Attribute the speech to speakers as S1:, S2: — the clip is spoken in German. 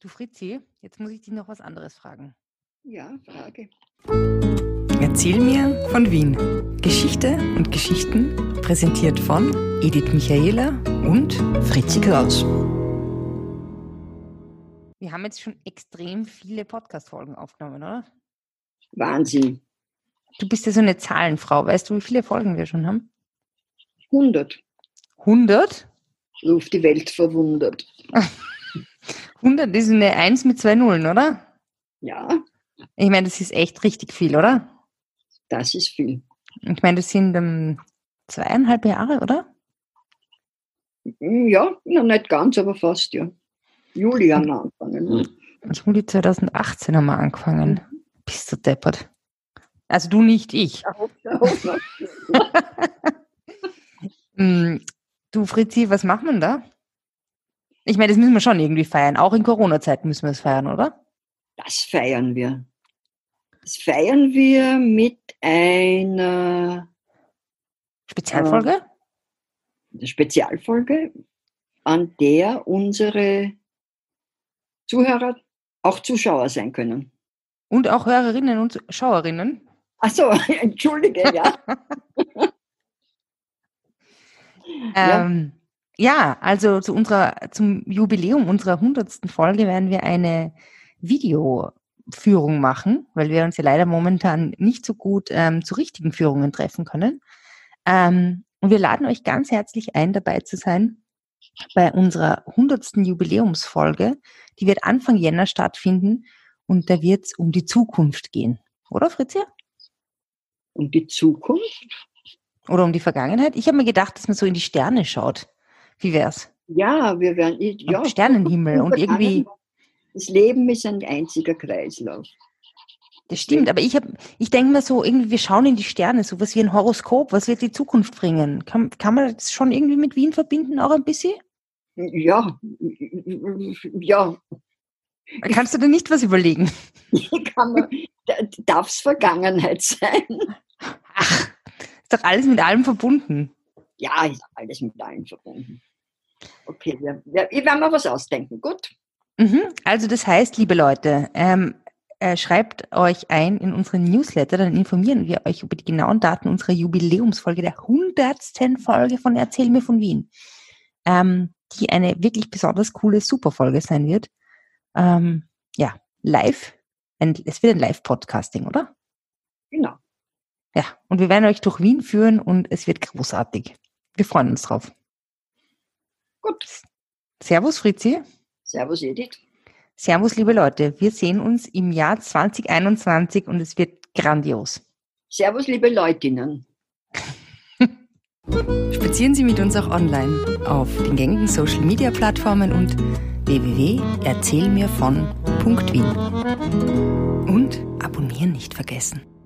S1: Du Fritzi, jetzt muss ich dich noch was anderes fragen.
S2: Ja, Frage.
S3: Erzähl mir von Wien. Geschichte und Geschichten präsentiert von Edith Michaela und Fritzi Kraus.
S1: Wir haben jetzt schon extrem viele Podcast-Folgen aufgenommen, oder?
S2: Wahnsinn.
S1: Du bist ja so eine Zahlenfrau. Weißt du, wie viele Folgen wir schon haben?
S2: 100.
S1: 100?
S2: Ruft die Welt verwundert.
S1: 100 ist eine 1 mit zwei Nullen, oder?
S2: Ja,
S1: Ich meine, das ist echt richtig viel, oder?
S2: das ist viel.
S1: Ich meine, das sind ähm, zweieinhalb Jahre, oder?
S2: Hm, Ja, na, nicht ganz, aber fast, ja. Juli am Anfang. ne?
S1: Juli 2018 haben wir angefangen. Bist du deppert? Also du nicht, ich.
S2: Da hofft- da hofft man.
S1: Mm, Du Fritzi, was macht man da? Ich meine, das müssen wir schon irgendwie feiern. Auch in Corona-Zeiten müssen wir es feiern, oder?
S2: Das feiern wir. Das feiern wir mit einer
S1: Spezialfolge?
S2: Spezialfolge, an der unsere Zuhörer auch Zuschauer sein können.
S1: Und auch Hörerinnen und Schauerinnen.
S2: Achso, entschuldige, ja. Ja.
S1: Ähm, ja, also zu unserer, zum Jubiläum unserer hundertsten Folge werden wir eine Videoführung machen, weil wir uns ja leider momentan nicht so gut ähm, zu richtigen Führungen treffen können. Ähm, und wir laden euch ganz herzlich ein, dabei zu sein bei unserer hundertsten Jubiläumsfolge. Die wird Anfang Jänner stattfinden und da wird es um die Zukunft gehen. Oder Fritzi?
S2: Und die Zukunft?
S1: Oder um die Vergangenheit? Ich habe mir gedacht, dass man so in die Sterne schaut. Wie wär's?
S2: Ja, wir werden. ich-
S1: ja,
S2: Ja,
S1: Sternenhimmel und
S2: Vergangenheit.
S1: irgendwie,
S2: Das Leben ist ein einziger Kreislauf.
S1: das stimmt, aber ich habe, ich denke mir so, irgendwie, wir schauen in die Sterne, sowas wie ein Horoskop, was wird die Zukunft bringen? Kann, kann man das schon irgendwie mit Wien verbinden, auch ein bisschen?
S2: Ja, ja,
S1: Kannst du dir nicht was überlegen?
S2: kann man. Darf es Vergangenheit sein?
S1: Ach, ist doch alles mit allem verbunden.
S2: Ja, ist alles mit allen verbunden. Okay, wir, wir, ich werde mir was ausdenken. Gut.
S1: Mhm. Also das heißt, liebe Leute, ähm, äh, schreibt euch ein in unseren Newsletter, dann informieren wir euch über die genauen Daten unserer Jubiläumsfolge der hundertsten Folge von Erzähl mir von Wien, ähm, die eine wirklich besonders coole Superfolge sein wird. Ähm, ja, live. Ein, es wird ein Live-Podcasting, oder?
S2: Genau.
S1: Ja, und wir werden euch durch Wien führen und es wird großartig. Wir freuen uns drauf.
S2: Gut.
S1: Servus, Fritzi.
S2: Servus, Edith.
S1: Servus, liebe Leute. Wir sehen uns im Jahr 2021 und es wird grandios.
S2: Servus, liebe Leutinnen.
S3: Spazieren Sie mit uns auch online auf den gängigen Social Media Plattformen und www.erzählmirvon.wien. Und abonnieren nicht vergessen.